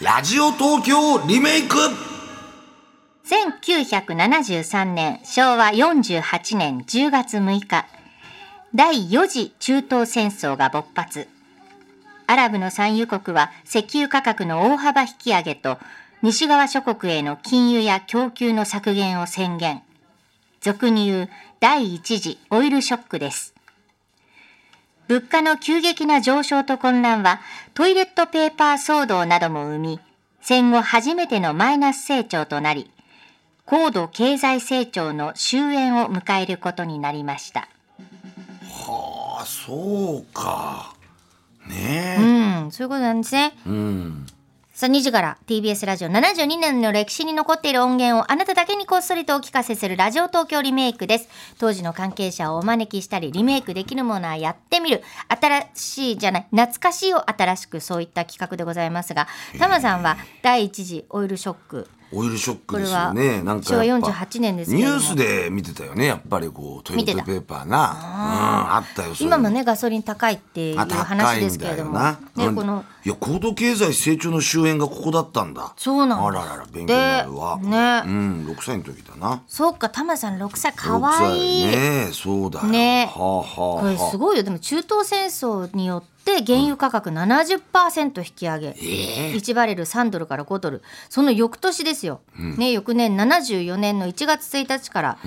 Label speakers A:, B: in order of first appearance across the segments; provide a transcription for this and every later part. A: ラジオ東京リメイク
B: 1973年昭和48年10月6日第4次中東戦争が勃発アラブの産油国は石油価格の大幅引き上げと西側諸国への禁輸や供給の削減を宣言俗に言う第1次オイルショックです物価の急激な上昇と混乱はトイレットペーパー騒動なども生み、戦後初めてのマイナス成長となり、高度経済成長の終焉を迎えることになりました。
A: ああそうかね
B: う
A: え
B: ん、そういうことなんですね。
A: うん
B: さあ、2時から TBS ラジオ72年の歴史に残っている音源をあなただけにこっそりとお聞かせするラジオ東京リメイクです。当時の関係者をお招きしたり、リメイクできるものはやってみる。新しいじゃない、懐かしいを新しくそういった企画でございますが、タマさんは第一次オイルショック。
A: オイルショッ
B: こ
A: ク
B: れ
A: です
B: は
A: よねなん
B: 昭
A: か
B: 和
A: やっぱ
B: 48年ですけ
A: ニ
B: れど
A: ュ
B: も
A: ースで見てたよねやっぱりこうトイレ
B: 見て
A: ッ
B: た
A: トペーパーなうんあったよそういうの
B: 今もねガソリン高いっていう
A: あ高
B: 話
A: い
B: で
A: ん
B: すけ
A: だ
B: れど
A: よ
B: も、
A: な
B: ね、
A: なん
B: この
A: いや高度経済成長の終焉がここだったんだ
B: そうなんだ
A: あららら勉強になるわ
B: で
A: う
B: ね
A: ん6歳の時だな
B: そうかタマさん6歳か
A: 六
B: わ
A: 歳
B: いい、
A: ねそうだよ
B: ね
A: はあはあ
B: こ
A: は
B: れすごいよでも中東戦争によって原油価格70%引き上げ、
A: ええ
B: 1バレル3ドルから5ドルその翌年ですよ、ね、翌年74年の1月1日から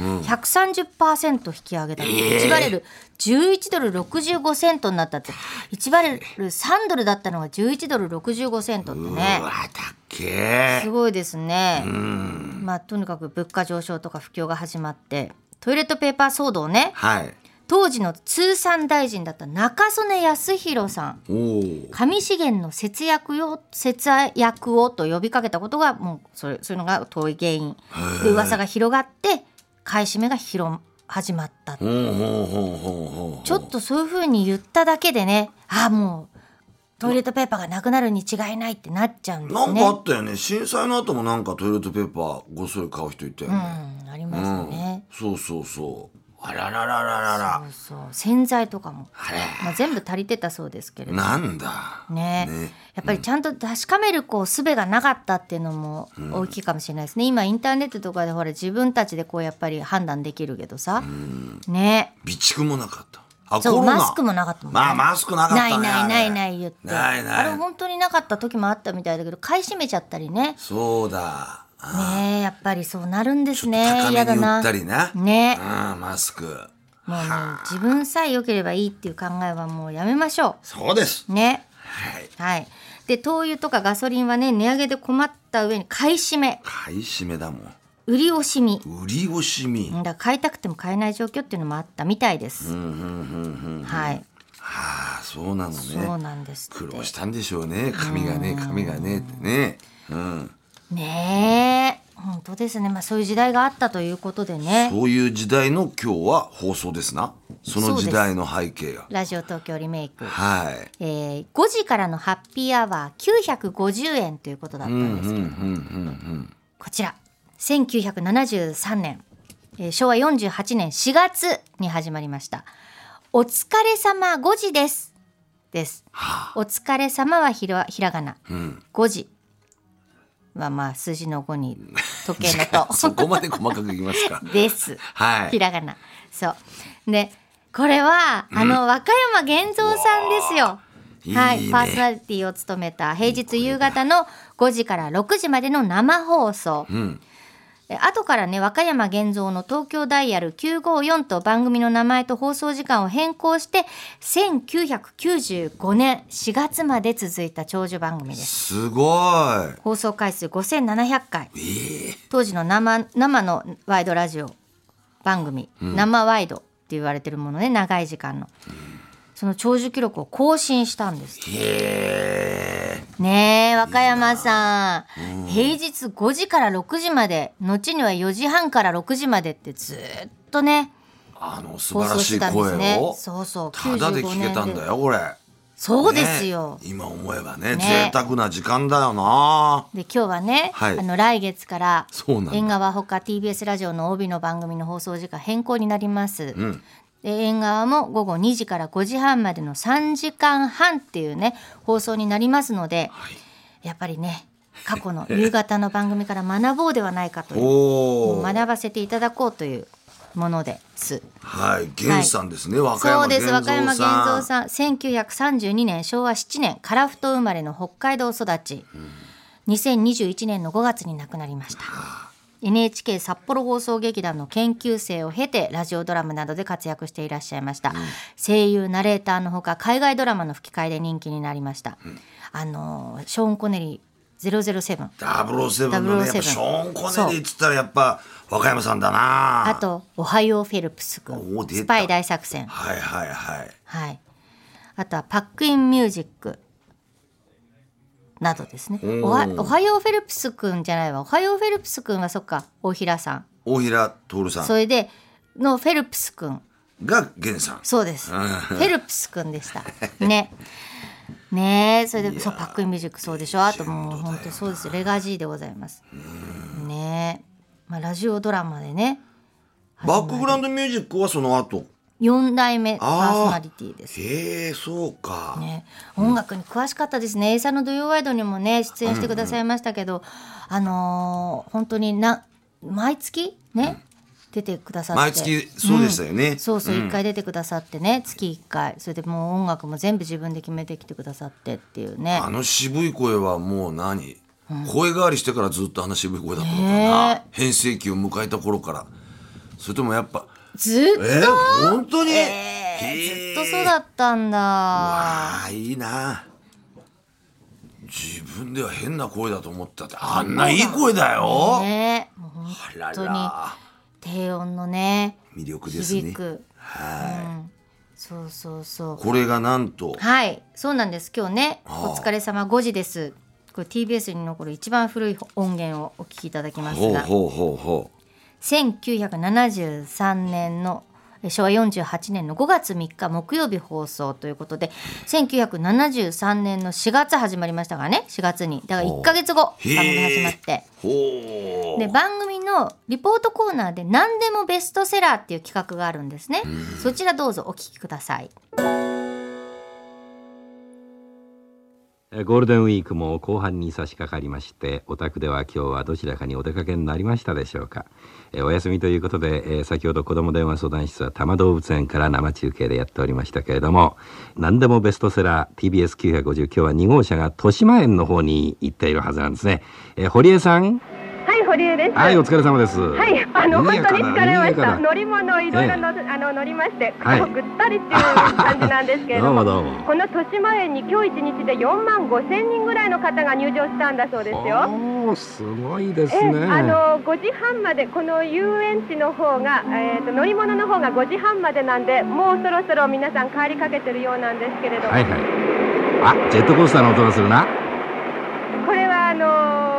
B: 130%引き上げた、
A: ええ
B: 1バレル11ドル65セントになったって1バレル3ドルだったのが11ドル65セントって
A: う
B: ね
A: わだっけ
B: すごいですね、まあ、とにかく物価上昇とか不況が始まってトイレットペーパー騒動ね
A: はい
B: 当時の通産大臣だった中曽根康弘さん
A: おお
B: 紙資源の節約を節約をと呼びかけたことがもうそれそういうのが遠い原因で噂が広がって買い占めが広始まった
A: ほうほうほうほうほう
B: ちょっとそういうふうに言っただけでねああもうトイレットペーパーがなくなるに違いないってなっちゃうんで
A: な
B: す
A: んかあ
B: ね。
A: ったよね震災の後もなんかトイレットペーパーごっそり買う人いたよ
B: う
A: ね、
B: ん、ありますよね。
A: そうそうそうあらららららら
B: そうそう洗剤とかも、
A: あれ
B: まあ、全部足りてたそうですけれど
A: なんだ
B: ね
A: ね
B: やっぱりちゃんと確かめるこう術がなかったっていうのも大きいかもしれないですね、今インターネットとかでほら自分たちでこうやっぱり判断できるけどさ、ね
A: 備蓄もなかったあ
B: そう
A: コロナ
B: マスクもなかったもんね
A: まあマスクなかった
B: な
A: ね
B: いないな
A: あれ
B: いない言って
A: ないない
B: あれ本当になかった時もあったみたいだけど買い占めちゃったりね
A: そうだあ
B: ねえやっぱりそうなるんです
A: 高
B: ね
A: め
B: 嫌だ
A: に売
B: な
A: ったりな
B: ね
A: うんマスク
B: もうね自分さえ良ければいいっていう考えはもうやめましょ
A: そうです
B: うね
A: はい
B: はいで灯油とかガソリンはね値上げで困った上に買い占め
A: 買い占めだもん
B: 売り惜しみ
A: 売り惜しみ、
B: だから買いたくても買えない状況っていうのもあったみたいです。はい、
A: はあそうなの
B: そう
A: ね
B: なんです
A: 苦労し
B: った
A: んでしょうね髪がね髪がねってねうん
B: て。ねえ、本当ですね。まあそういう時代があったということでね。
A: そういう時代の今日は放送ですなその時代の背景が
B: ラジオ東京リメイク。
A: はい
B: えー、5時からのハッピーアワー950円ということだったんですけど、こちら1973年、えー昭和48年4月に始まりました「お疲れ様5時です」です
A: は
B: お疲れ様はひらひらがな、5時はまあ数字の5に時計の
A: あ そ
B: と
A: こまで細かくいきます か
B: です、
A: はい
B: ひらがなそうでこれはあの、和歌山源三さんですよ
A: いいね
B: はい、パーソナリティを務めた平日夕方の5時から6時までの生放送、
A: ん
B: え後からね和歌山現像の東京ダイヤル954と番組の名前と放送時間を変更して1995年4月まで続いた長寿番組です
A: すご
B: 放送回数5700回
A: いええ
B: 当時の生生のワイドラジオ番組、生ワイドって言われてるものね長い時間の、その長寿記録を更新したんです
A: へえ
B: ねえ若山さん平日5時から6時まで後には4時半から6時までってずっとね
A: あの素
B: 放
A: 晴ら
B: 送し
A: し
B: て
A: い
B: たんです
A: 声
B: ね
A: を
B: そうそう
A: ただで聞けたんだよこれ
B: そうですよ、
A: ね今思えばね贅
B: ね
A: 沢な時間だよな
B: で今日はね、
A: はい
B: あの来月から
A: そうなんだ
B: 縁側ほか TBS ラジオの帯の番組の放送時間変更になります。で縁側も午後2時から5時半までの3時間半っていうね放送になりますので、やっぱりね過去の夕方の番組から学ぼうではないかという
A: おお。
B: 学ばせていただこうというものです。
A: はい、源さんですね、和歌
B: そ
A: 山
B: うで
A: 源三さん。
B: す和歌山源三さん1932年昭和7年樺太生まれの北海道育ち、2021年の5月に亡くなりました NHK 札幌放送劇団の研究生を経てラジオドラマなどで活躍していらっしゃいました、声優ナレーターのほか海外ドラマの吹き替えで人気になりました、あのショーン・コネリー007
A: ダブルセブンのね、やっぱショーン・コネリーっつったらやっぱ和歌山さんだな
B: あと「おはようフェルプス
A: お
B: 君」
A: 出た
B: スパイ大作戦
A: はいはいはい。
B: はい、あとはパックインミュージックなどですねおはおはようフェルプスくんじゃないわおはようフェルプスくんはそっか大平さん
A: 大平徹さ
B: そ
A: ん
B: れでのフェルプスくん
A: が源さん。
B: そうですフェルプスくんでしたねねえそれでそうパックインミュージックそうでしょあともう本当そうですレガジーでございますねえ、まあ、ラジオドラマでね
A: バックグラウンドミュージックはその後。
B: 4代目パ
A: あー
B: ーソナリティです
A: へえ、そうか。
B: ね、音楽に詳しかったですね、エイサーの土曜ワイドにもね出演してくださいましたけど、あのー本当にな毎月ね、出てくださって
A: 毎月そうでしたよね
B: んそうそう1回出てくださってね、月1回それでもう音楽も全部自分で決めてきてくださってっていうね
A: あの渋い声はもう何声変わりしてからずっとあの渋い声だったのか
B: ね
A: な。変声期を迎えた頃から。それともやっぱ、
B: ずっと、
A: えー、本当に、
B: えー
A: へ
B: ずっとそうだったんだ
A: ああいいな自分では変な声だと思ってたってあんないい声だよ、
B: ねもう本
A: あら
B: 当
A: ら
B: 当低音のね
A: 魅力ですね
B: 響く、
A: は
B: そうそうそう
A: いこれがなんと
B: はい、そうなんです。今日ね、
A: ああ
B: お疲れ様5時です。これ TBS に残る一番古い音源をお聞きいただきます
A: ほう
B: が、
A: ほうほうほ
B: 1973年のえ昭和48年の5月3日木曜日放送ということで、1973年の4月始まりましたからね、4月に。だから1ヶ月後、番
A: へえ
B: 組始まって。
A: うほ
B: で番組のリポートコーナーで何でもベストセラーっていう企画があるんですね、そちらどうぞお聞きください
C: えーゴールデンウィークも後半に差し掛かりましてお宅では今日はどちらかにお出かけになりましたでしょうか、えーお休みということで、えー先ほど子ども電話相談室は多摩動物園から生中継でやっておりましたけれども何でもベストセラー TBS950 今日は2号車が豊島園の方に行っているはずなんですね、えー堀江さん
D: はい、堀江です。
C: はいお疲れ様です
D: はい、あの、
C: 賑
D: 本
C: や
D: 当
C: か
D: に
C: な
D: 疲れ
C: 賑
D: まし
C: や
D: た。
C: かな
D: 乗り物いろいろ乗,、あの乗りまして、もうぐったりっていう感じなんですけれども、
C: どうもどうも
D: この豊島園に今日一日で4万5千人ぐらいの方が入場したんだそうですよ。
C: おーすごいです
D: ええ
C: ね、
D: あの5時半まで、この遊園地の方が、えー、と乗り物の方が5時半までなんで、もうそろそろ皆さん帰りかけてるようなんですけれども、
C: はいはいあジェットコースターの音がするな
D: これはあのー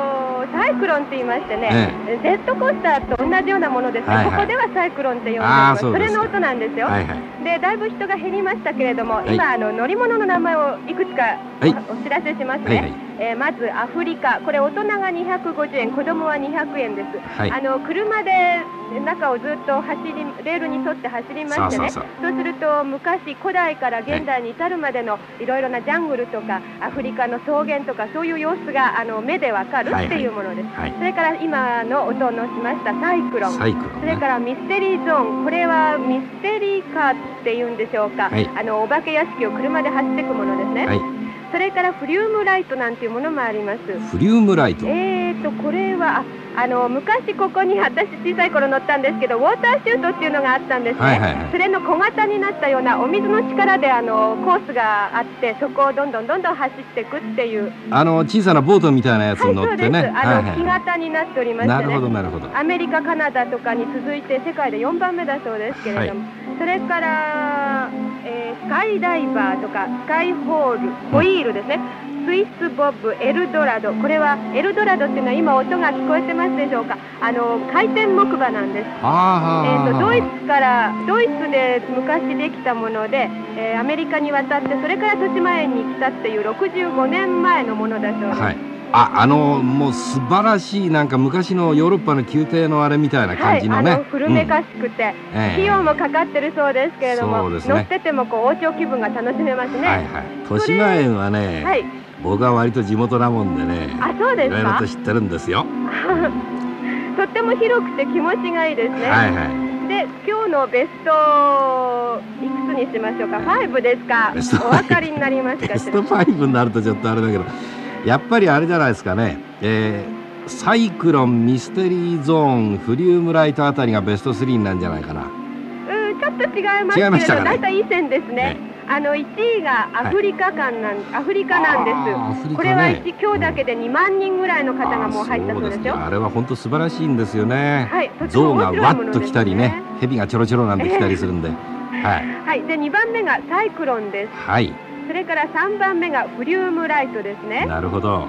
D: サイクロンって言いましてね、ジェットコースターと同じようなものですね、
C: はいはい
D: ここではサイクロンって呼んでい
C: あ
D: ま
C: ー
D: す
C: そう
D: そ
C: で
D: れ
C: すか
D: の音なんですよ、
C: はいはい
D: でだいぶ人が減りましたけれども、
C: はい
D: 今あの乗り物の名前をいくつかお,、
C: はい
D: 知らせしますね、
C: はいはい
D: えーまずアフリカこれ大人が250円子供は200円です、
C: はい
D: あの車で中をずっと走りレールに沿って走りましてね
C: そうそう
D: すると昔古代から現代に至るまでのいろいろなジャングルとかアフリカの草原とかそういう様子があの目でわかるっていうものです、
C: はい
D: それから今の音のしましたサイクロン
C: サイクロン
D: そ
C: ね
D: れからミステリーゾーン、これはミステリーカーっていうんでしょうか、
C: はい
D: あのお化け屋敷を車で走っていくものですね、
C: はい
D: それからフリウムライトなんていうものもあります。
C: フリウムライト
D: えーとこれはああの昔ここに私小さい頃乗ったんですけどウォーターシュートっていうのがあったんですね、
C: はいはいはい
D: それの小型になったようなお水の力であのコースがあってそこをどんどんどんどん走っていくっていう
C: あの小さなボートみたいなやつ
D: は
C: に
D: い
C: 乗
D: そ
C: っ
D: うで
C: て
D: す、
C: ね。
D: あの、
C: はい
D: 木
C: は
D: 型になっておりま
C: い。
D: して
C: な
D: ね
C: るほどなるほど。
D: アメリカ、カナダとかに続いて世界で4番目だそうですけれども、それから、えースカイダイバーとかスカイホール、ホイールですね、スイスボブ、エルドラド、これはエルドラドっていうのは今、音が聞こえてますでしょうか、あの回転木馬なんです。え
C: あ
D: ー、
C: ー
D: とドイツからドイツで昔できたもので、えーアメリカに渡ってそれから豊島園に来たっていう65年前のものだそうです、
C: はい。ああのもう素晴らしいなんか昔のヨーロッパの宮廷のあれみたいな感じのね、
D: はい、あの古めかしくて、
C: うんええ
D: 費用もかかってるそうですけれど
C: そ
D: も、
C: うですね
D: 乗っててもこう王朝気分が楽しめますね。
C: はいはい豊島園はね、
D: はい
C: 僕は割と地元なもんでね
D: あそうですか
C: いろいろと知ってるんですよ、
D: とっても広くて気持ちがいいですね。
C: はいは
D: で、今日のベストいくつにしましょうか。ファイブですか
C: ベスト。ファイ
D: お
C: ブ
D: 分かりになりま
C: い
D: す
C: ベ
D: かし
C: ス
D: ら。
C: ト5になるとちょっとあれだけどやっぱりあれじゃないですかね、えーサイクロンミステリーゾーンフリウムライトあたりがベスト3になるんじゃないかな
D: うん、ちょっと違いますけ
C: 違い
D: れ
C: ましたか
D: ど、
C: ね
D: 大体いい線ですね。
C: ね
D: あの一位がアフリカ間なん、アフリカなんで
C: あーアフリカ
D: す。
C: ね
D: これは一今日だけで2万人ぐらいの方がもう入ったそうですよ。
C: ああれは本当素晴らしいんですよね、
D: はいとても
C: 象
D: 面
C: が
D: 白い
C: わ
D: もの
C: っ
D: です
C: と
D: ね
C: 来たりね蛇がちょろちょろなんて来たりするんで、はい
D: はい、で2番目がサイクロンです。
C: はい
D: それから3番目がフリウムライトですね。
C: なるほど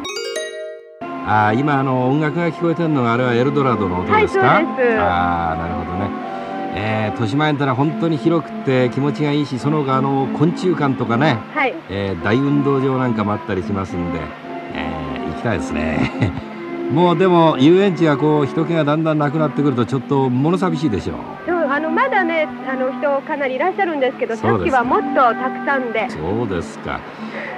C: ああ今あの音楽が聞こえてるのがあれはエルドラドの音ですか、
D: はいそうです
C: ああなるほどねえー、豊島園ってのは本当に広くて気持ちがいいしその他あの昆虫館とかね、
D: はい、
C: えー大運動場なんかもあったりしますんで、えー行きたいですね もうでも遊園地がこう人気がだんだんなくなってくるとちょっと物寂しいでしょう
D: でもあのまだね、あの人かなりいらっしゃるんですけど、
C: そ
D: さ
C: う
D: っ
C: です
D: き
C: か
D: はもっとたくさんで。
C: そうですか。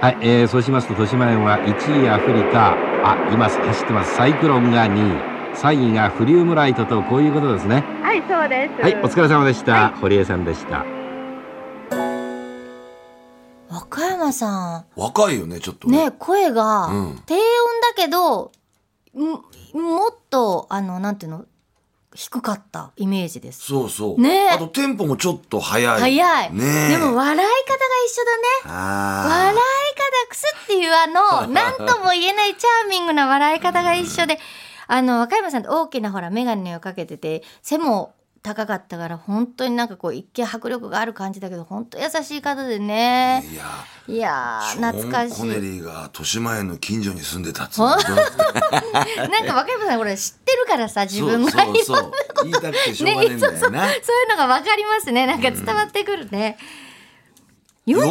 C: はい、えーそうしますと、豊島園は1位アフリカ、あ、今走ってます、サイクロンが2位、3位がフリウムライトと、こういうことですね。
D: はい、そうです。
C: はい、お疲れ様でした。堀江さんでした。
B: 若山さ
A: 若いよねちょっと
B: ん、ね、声が
A: うん、
B: 低音だけど、んもっと、あの、なんていうの、低かったイメージです。
A: そうそう
B: ね
A: あとテンポもちょっと早い
B: 早い。
A: ねえ
B: でも笑い方が一緒だね。笑
A: あ
B: い方くすっていう あの、なんとも言えないチャーミングな笑い方が一緒で、あの、若山さんって大きなほら、メガネをかけてて、背も高かったから、本当になんかこう、一見迫力がある感じだけど、本当優しい方でね。
A: いや
B: いや
A: ー
B: ー、懐かし
A: ショーンコネ
B: い。
A: リーが豊島園の近所に住んでたっつうのはどうだった
B: なんか若山さん、これ知ってるからさ、自分が。
A: そうそうそう言いたくてしょうがねえんだよな、
B: そういうのがわかりますね。なんか伝わってくるね。41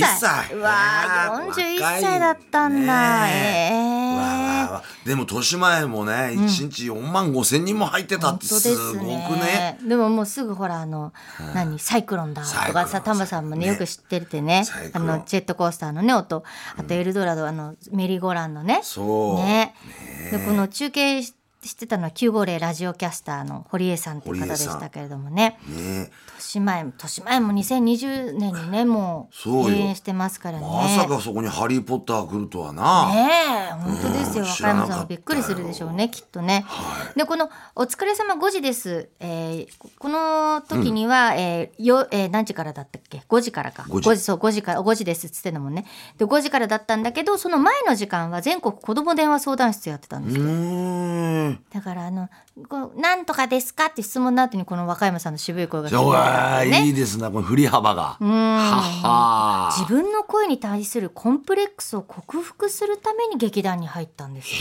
A: 41
B: 歳。
A: 歳
B: うわあ、
A: いやー
B: 41歳だったんだ。
A: 若い
B: ええ
A: わあわあわあでも豊島園もね、一日4万5千人も入ってたってすごくね
B: でももうすぐほらあの、何サイクロンだとか
A: サイ
B: さ
A: クロ
B: タ
A: ン
B: マさんもね
A: ね
B: よく知ってるってね
A: サイク
B: あ
A: ロン
B: のジェットコースターのね音あとエルドラド、あのメリーゴーランドね
A: そう
B: ねでこの中継ししてたのは950ラジオキャスターの堀江さんという方でしたけれどもね
A: ね
B: 豊島園豊島園も2020年にねもう
A: そうよ
B: 閉園してますからね
A: まさかそこに「ハリー・ポッター」来るとはな、
B: ねえ本当ですよ、
A: うん
B: 若山
A: 知らな
B: さん
A: か
B: は
A: った
B: び
A: よ
B: っくりするでしょうねきっとね。でこの「お疲れ様5時です」えーここの時には、えーよえー何時からだったっけ5時からか
A: 5時
B: そう5時から5時ですっつってんだもんねで5時からだったんだけどその前の時間は全国子ども電話相談室やってたんで
A: う
B: す
A: ーん
B: だからあの「こうなんとかですか?」って質問の後にこの若山さんの渋い声が聞
A: じゃあう
B: こえたん
A: わ
B: だ
A: ー
B: よね
A: いいですなこの振り幅がは
B: うーん
A: は
B: 自分の声に対するコンプレックスを克服するために劇団に入ったんですよ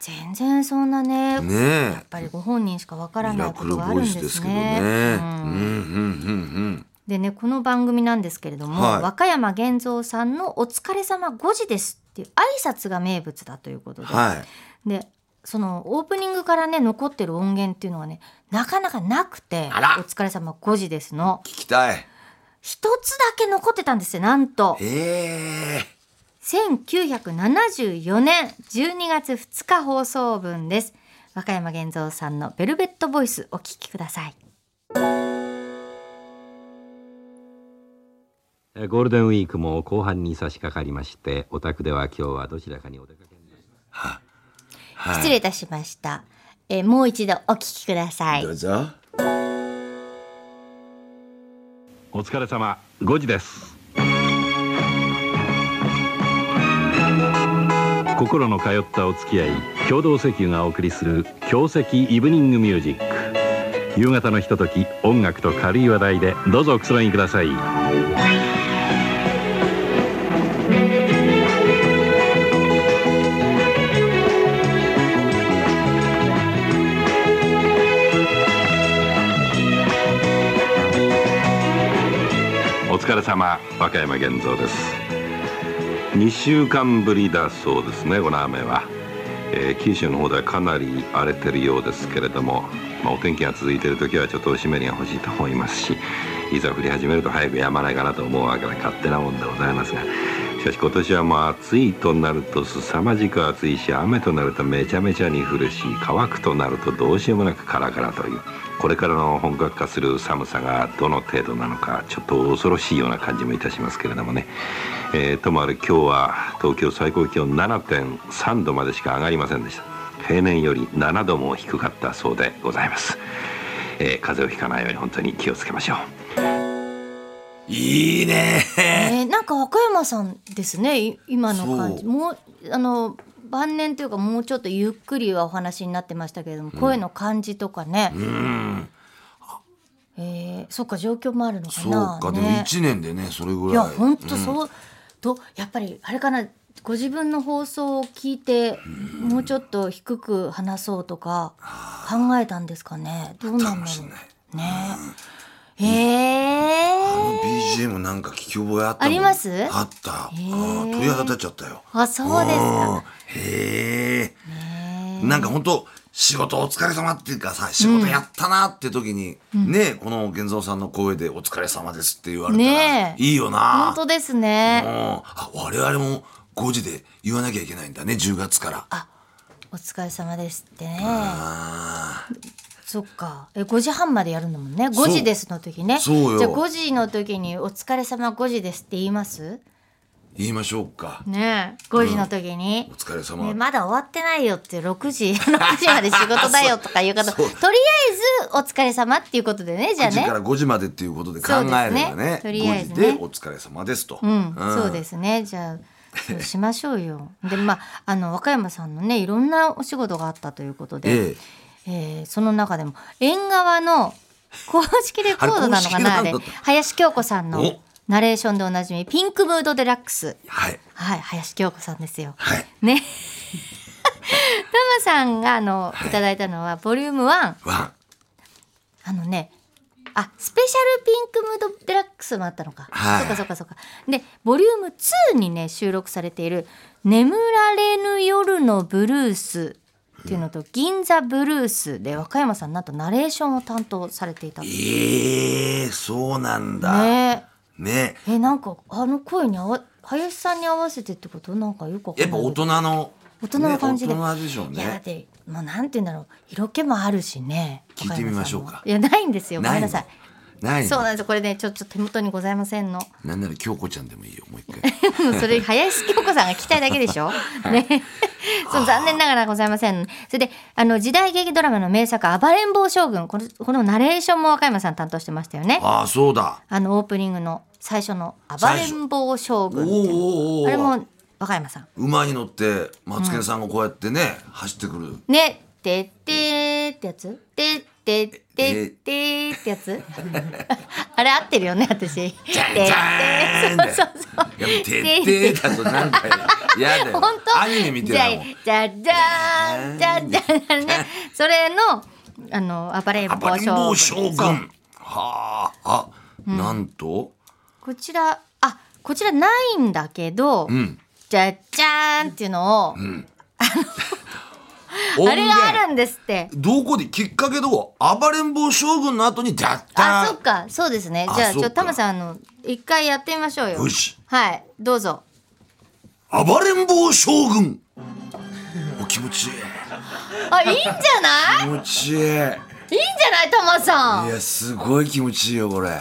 B: 全然そんなねやっ
A: ね
B: ぱりご本人しかわか
A: え
B: ら
A: ミ
B: ない
A: ラ
B: こ
A: クル
B: とがあ
A: ボ
B: る
A: イ
B: ん
A: ス
B: で
A: です
B: す
A: けど
B: ね。
A: ねう
B: う
A: んんうん
B: でねこの番組なんですけれども、
A: はい
B: 若山源三さんの「お疲れ様5時です」っていう挨拶が名物だということ
A: うんうん
B: で、
A: はい
B: でそのオープニングからね残ってる音源っていうのがねなかなかなくて
A: あら
B: お疲れ様5時です」の
A: 聞きたい
B: 一つだけ残ってたんですよなんと。
A: へえ
B: 1974年12月2日放送分です和歌山源三さんのベルベットボイスお聞きください
C: えーゴールデンウィークも後半に差し掛かりまして、お宅では今日はどちらかにお出かけになります
A: はい
B: 失礼いたしました、えーもう一度お聞きください
A: どうぞ
C: お疲れ様、5時です。心の通ったお付き合い共同石油がお送りする「共石イブニングミュージック」夕方のひととき音楽と軽い話題でどうぞおくつろぎくださいお疲れ様和歌山源三です2週間ぶりだそうですねこの雨は、えー九州の方ではかなり荒れてるようですけれども、まあ、お天気が続いている時はちょっとお湿りが欲しいと思いますしいざ降り始めると早くやまないかなと思うわけで勝手なもんでございますがしかし今年はもう暑いとなると凄まじく暑いし雨となるとめちゃめちゃに降るし乾くとなるとどうしようもなくカラカラというこれからの本格化する寒さがどの程度なのかちょっと恐ろしいような感じもいたしますけれどもね、えーともあれ今日は東京最高気温7.3度までしか上がりませんでした平年より7度も低かったそうでございます、えー風邪をひかないように本当に気をつけましょう
A: いいね
B: えーなんか若山さんですねい今の感じ
A: そう
B: もうあの晩年というかもうちょっとゆっくりはお話になってましたけれども、声の感じとかね、
A: うん
B: えーそっか状況もあるのか
A: そう
B: な
A: か、でも
B: ね、
A: 1年でねそれぐらい
B: いや本当そう、とやっぱりあれかなご自分の放送を聞いて、もうちょっと低く話そうとか考えたんですかねどうなんだ
A: もし
B: ろ
A: んないう
B: ねえ
A: あ
B: ー
A: の BGM なんか聞き覚えあったもん
B: あります
A: あったあ
B: へえ
A: ー鳥肌立っちゃったよ
B: あそうですか
A: うんへえなんか本当仕事お疲れ様っていうかさ仕事やったなって時に、ねこの源三さんの声で「お疲れ様です」って言われたら、
B: ねえ
A: いいよな
B: 本当ですね、
A: うんあ我々も5時で言わなきゃいけないんだね10月からあ
B: お疲れ様ですってね。
A: あ
B: そっか。え、5時半までやるんだもんね。5
A: そう
B: 時ですの時ね。
A: そうよ
B: じゃあ5時の時にお疲れ様5時ですって言います
A: 言いましょうか
B: ねえ。5時の時に。
A: お疲れ様、
B: ね、まだ終わってないよって6時 6時まで仕事だよとかいう方と
A: そう
B: りあえずお疲れ様っていうことでねじゃあ
A: 9時
B: ね
A: から5時までっていうことで考
B: そうです
A: えれば
B: ね
A: ね
B: とりあえずね
A: 5時でお疲れ様ですと、
B: うん、そうですすねじゃあそうしましょうよ でまああの若山さんのねいろんなお仕事があったということで、
A: ええ
B: えーその中でも縁側の公式レコードなのかな
A: あ
B: あ
A: れ
B: れ
A: 公式なんだ
B: 林京子さんの
A: お
B: ナレーションでおなじみ「ピンクムードデラックス
A: はい」
B: はい林京子さんですよ。
A: はい
B: ねタマさんがあの、い、ただいたのはボリューム1
A: ワン
B: あのねあスペシャルピンクムードデラックスもあったのか、
A: はい
B: そうかそうかそうかでボリューム2にね収録されている「眠られぬ夜のブルース」っていうのと「銀座ブルース」で若山さんなんとナレーションを担当されていたんです
A: ええそうなんだね
B: ねえなんかあの声にあわ林さんに合わせてってことなんかよくわか
A: や
B: ん
A: っ
B: な
A: ぱ
B: い
A: 大人の
B: 大人の感じで、
A: ね大人でしょう
B: いやだっ
A: ね
B: てもうなんて言うんだろう色気もあるしね
A: 聞いてみましょうか
B: 若山さんのいやないんですよごめんなさい
A: ない
B: そう
A: の
B: な
A: なん
B: ですよこれねちょちょっと手元にございませんの
A: いなんなら京子ちゃんでもいいよもう一回
B: それ林京子さんが聞きたいだけで しょ、ね そう残念ながらございませんそれであの時代劇ドラマの名作「暴れん坊将軍」このこのナレーションも若山さん担当してましたよね
A: ああそうだ
B: あのオープニングの最初の「暴れん坊将
A: おー
B: 軍」って い
A: おー
B: う
A: お
B: あれ
A: ー
B: も若山さん
A: 馬に乗ってマツケンさんがこうやってね、走ってくる
B: ね、てってーってやつてってってってーってやつあれ合ってるよね、私。
A: じゃんじゃーん
B: そうそうそう。
A: やっぱ 徹底だとなんかやだよ
B: 本当
A: アニメ見てないもん
B: じゃじゃーん、じゃじゃーんね。それの、あの、暴れん
A: 暴
B: 坊
A: れん坊
B: 将
A: 将
B: 軍。そう
A: 軍はああ、なんと
B: こちら、あ、こちらないんだけど、
A: うん
B: じゃじゃーんっていうのを、 あれがあるんですって。
A: どこできっかけどこ暴れん坊将軍の後にだった
B: あ、そっか、そうですね。
A: あ
B: じゃあ、
A: そうか
B: ちょ、タマさん、あの、一回やってみましょうよ。
A: よし
B: はい、どうぞ。
A: 暴れん坊将 軍お気持ちいい
B: あ、いいんじゃない
A: 気持ちいいいや
B: いいんじゃないタマさん
A: すごい気持ちいいよこれ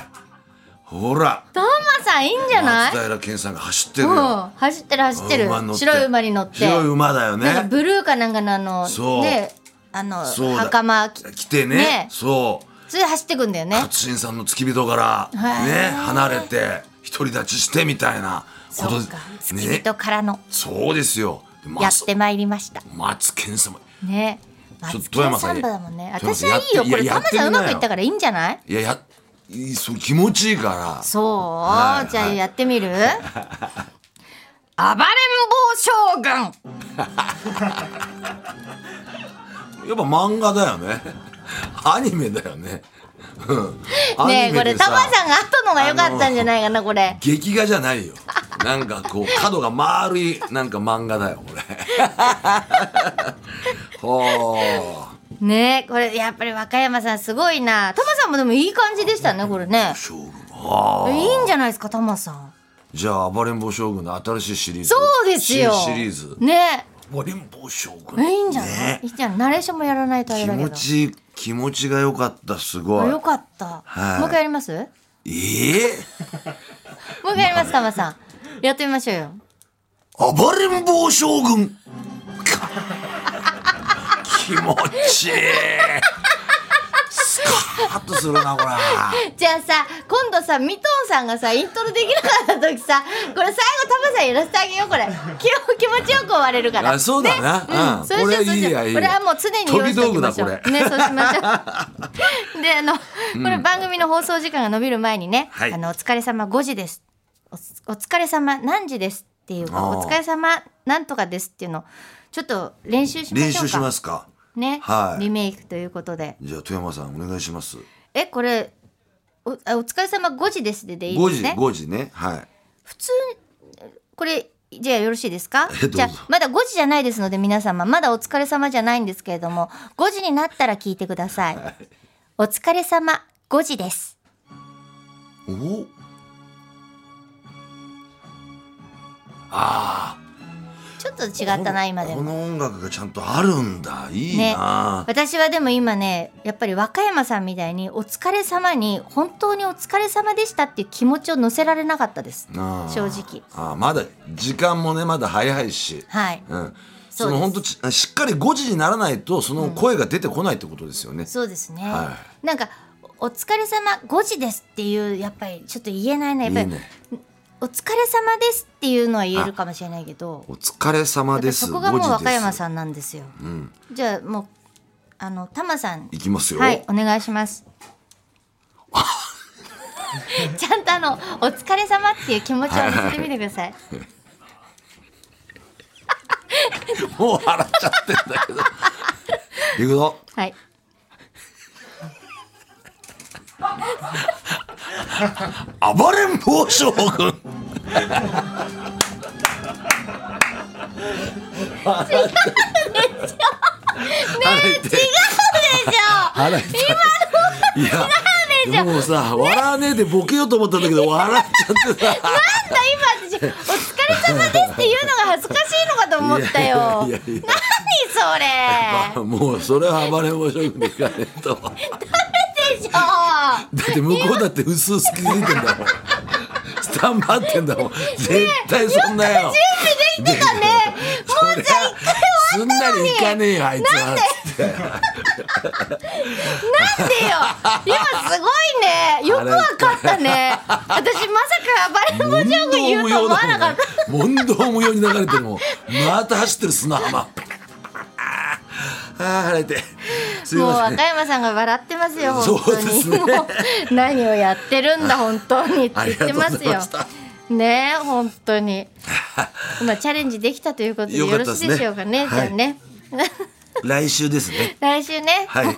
A: ほら
B: タマさんいいんじゃない
A: 松平健さんが走って
B: う
A: る
B: ん
A: よ
B: 走ってる走ってる
A: 馬に乗って
B: 白い馬に乗って
A: 白い馬だよ
B: なんか
A: ね
B: ブルーかなんかのあの
A: そう
B: であの
A: そうだ
B: 袴着
A: 来てね
B: ね
A: そう
B: それで走ってくんだよね
A: 勝新さんの付き人から
B: はい
A: ね離れて独り立ちしてみたいなこ
B: そ
A: と
B: うか付き人からの
A: そうですよ
B: やってまいりました
A: マツケン様
B: ねマ
A: ちょっ
B: ツ
A: と富
B: ケン
A: 山さ
B: サ
A: ん
B: ンバだもんね
A: 富山
B: 私
A: さん
B: はいい
A: や
B: よ
A: って
B: これ
A: いや
B: タマさん
A: やってみなよ
B: うまくいったからいいんじゃない
A: いややいいそう気持ちいいから
B: そう
A: はい
B: じゃあ
A: はい
B: やっ てみる暴れん坊将軍
A: やっぱ漫画だよね アニメだよねうんア
B: ね
A: ニ
B: えこ
A: メ
B: れ
A: でさ
B: タマさんが後のが良かったんじゃないかなこれ
A: 劇画じゃないよなんかこう角が丸いなんか漫画だよ これほう
B: ねこれやっぱり若山さんすごいなタマさんもでもいい感じでしたねこれね
A: 将軍あ
B: い
A: あ
B: いんじゃないですかタマさん
A: じゃあ暴れん坊将軍の新しいシリーズ
B: そうですよ
A: 新シリーズ
B: ね
A: 暴れん坊将軍
B: いいんじゃない、
A: ね
B: いいじゃんナレーションもやらないとあれ
A: 気
B: だけ
A: 持
B: ど
A: ちいい気持ちが良かったすご
B: あ
A: い
B: よかった、
A: はい
B: もう一回やりますもう
A: ええ
B: 一回やりますタマさんやってみましょうよ
A: 暴れん坊将軍気持ちいいスカッとするなこ れ
B: じゃあさ今度さミトンさんがさイントロできなかった時さこれ最後タマさんやらせてあげようこれ気を気持ちよく終われるから
A: あそうだな、
B: うん
A: うん
B: そうし
A: こ
B: よう
A: れ
B: そう
A: い
B: し
A: い
B: よ
A: や
B: う
A: いい
B: これ
A: や
B: はもう常に用意しておきましょ
A: 飛び道具だこ
B: う
A: れ
B: ねそうしましょ うであの、これ番組の放送時間が延びる前にね、
A: はい
B: あのお疲れ様5時ですおつお疲れ様何時ですっていうか
A: あー
B: お疲れ様なんとかですっていうのをちょっと練習しましょうか
A: 練習しますか
B: ね、
A: はい
B: リメイクということで
A: じゃあ富山さんお願いします
B: えこれおあお疲れ様5時ですででいい
A: 5
B: です
A: 時
B: ね
A: 5時ねはい
B: 普通これじゃあよろしいですか
A: えどうぞ
B: じゃあまだ5時じゃないですので皆様まだお疲れ様じゃないんですけれども5時になったら聞いてください、お疲れ様5時です
A: おあ
B: ちょっと違
A: あ
B: ったな今で
A: こ
B: も
A: の音楽がちゃんとあるんだいい
B: ね
A: な、
B: 私はでも今ねやっぱり若山さんみたいにお疲れ様に本当にお疲れ様でしたっていう気持ちを乗せられなかったです
A: ああ
B: 正直
A: ああまだ時間もねまだ早いし
B: はい
A: うん
B: そ
A: そ
B: うです
A: の本当ちしっかり5時にならないとその声が出てこないってことですよね、
B: そうですね、
A: は
B: なんかお疲れ様5時ですっていうやっぱりちょっと言えないねやっぱ
A: いい
B: り
A: ね
B: お疲れ様ですっていうのは言えるかもしれないけど
A: お疲れ様
B: やっぱ
A: です
B: そこがもう
A: 5時で
B: 若
A: す
B: 山さんなんですよ、じゃあもうあのタマさん
A: いきますよ、
B: はいお願いします ちゃんとあのお疲れ様っていう気持ちを乗せてみてください
A: もう笑っちゃってんだけど行くぞ
B: はい
A: 暴れん坊将 軍 違うでしょね腹痛
B: でしょ
A: いいやもうさ笑わねえでボケようと思ったんだけど笑っちゃってさ
B: なんだ今私お疲れ様ですっていうのが恥ずかしいのかと思ったよ
A: いやいや いや
B: 何そ
A: もうそれは暴れん坊将軍でいかねえとだ
B: れでしょ
A: って向こうだってうすうす気づいてんだもんスタンバってんだもん絶対そんなよ準備できてたねもうじゃあ一回終わったのにすんなりいかねえよあいつは
B: なんでよ今すごい ねよくわかったね私まさかバレーボー将軍言うと思わなかった
A: 問答無用に流れてるもんまた走ってる砂浜あーあー腹痛いすい
B: もう
A: ません
B: 若山さんが笑ってますよ本当
A: そうで
B: に
A: すね
B: もう何をやってる んだ本当にって
A: あ
B: 言
A: りがとう
B: って
A: ご
B: ま
A: ざい
B: すよ
A: ました
B: ねえ本当に今チャレンジできたということでよ
A: よか
B: ろ
A: ったで
B: し
A: す
B: い
A: ね
B: でしょうかねじゃあね、
A: 来週ですね
B: 来週ね、
A: はい
B: もう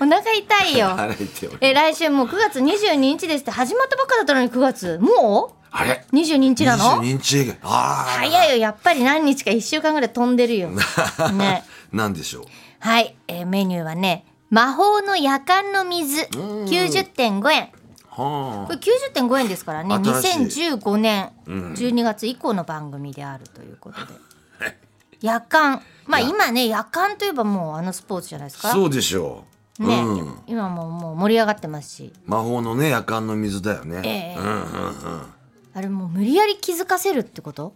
B: お 腹痛いよ
A: 腹痛い
B: え来週もう9月22日ですって始まったばっかだったのに9月も
A: あれ
B: う22日な
A: 22
B: の
A: 日以外ああ
B: 早いよやっぱり何日か1週間ぐらい飛んでる よね
A: なんでしょう
B: はい、えーメニューはね魔法の夜間の水90.5円
A: は
B: これ90.5円ですからね
A: 新し
B: 2015年12月以降の番組であるということで、 夜間まあ今ね夜間といえばもうあのスポーツじゃないです
A: あ
B: か
A: そうでしょう、
B: ね、
A: うん
B: 今もうもう盛り上がってますし
A: 魔法のね夜間の水だよね、
B: ええあれもう無理やり気づかせるってこと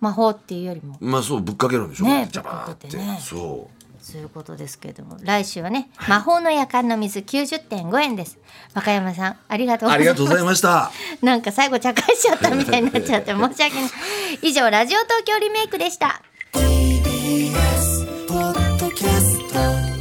B: 魔法っていうよりも
A: まあそうぶっかけるんでしょ
B: ね
A: ジャバーっ
B: ぶってかけてね
A: そ
B: そういうことですけれども来週はね魔法の夜間の水90.5円です若山さんありがと
A: う
B: うご
A: あ
B: ざ
A: り
B: いま
A: が
B: す
A: とうございました
B: なんか最後茶会しちゃったみたいになっちゃって申し訳ない。以上、ラジオ東京リメイクでした。
E: ポッドキャスト